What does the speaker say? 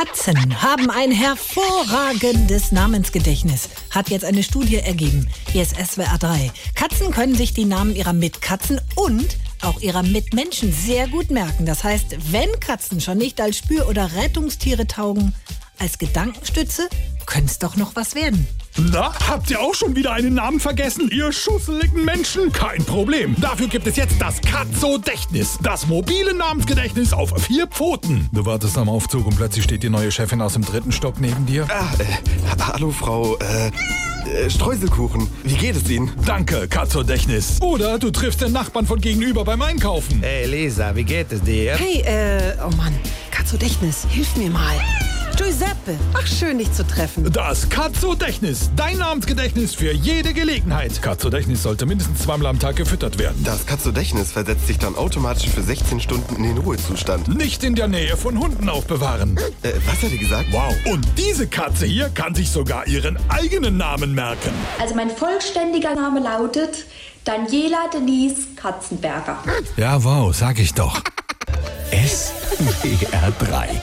Katzen haben ein hervorragendes Namensgedächtnis, hat jetzt eine Studie ergeben. Hier ist SWR 3. Katzen können sich die Namen ihrer Mitkatzen und auch ihrer Mitmenschen sehr gut merken. Das heißt, wenn Katzen schon nicht als Spür- oder Rettungstiere taugen, als Gedankenstütze könnte es doch noch was werden. Na, habt ihr auch schon wieder einen Namen vergessen, ihr schusseligen Menschen? Kein Problem. Dafür gibt es jetzt das Katzodächtnis. Das mobile Namensgedächtnis auf vier Pfoten. Du wartest am Aufzug und plötzlich steht die neue Chefin aus dem dritten Stock neben dir. Ah, äh, hallo Frau äh, äh, Streuselkuchen. Wie geht es Ihnen? Danke, Katzodächtnis. Äh. Oder du triffst den Nachbarn von gegenüber beim Einkaufen. Hey Lisa, wie geht es dir? Hey, äh, oh Mann, Katzodächtnis, hilf mir mal. Giuseppe, ach schön, dich zu treffen. Das Katzodächtnis. Dein Namensgedächtnis für jede Gelegenheit. Katzodächtnis sollte mindestens zweimal am Tag gefüttert werden. Das Katzodächtnis versetzt sich dann automatisch für 16 Stunden in den Ruhezustand. Nicht in der Nähe von Hunden aufbewahren. Äh, was hat er gesagt? Wow. Und diese Katze hier kann sich sogar ihren eigenen Namen merken. Also mein vollständiger Name lautet Daniela Denise Katzenberger. Ja, wow, sag ich doch. SWR 3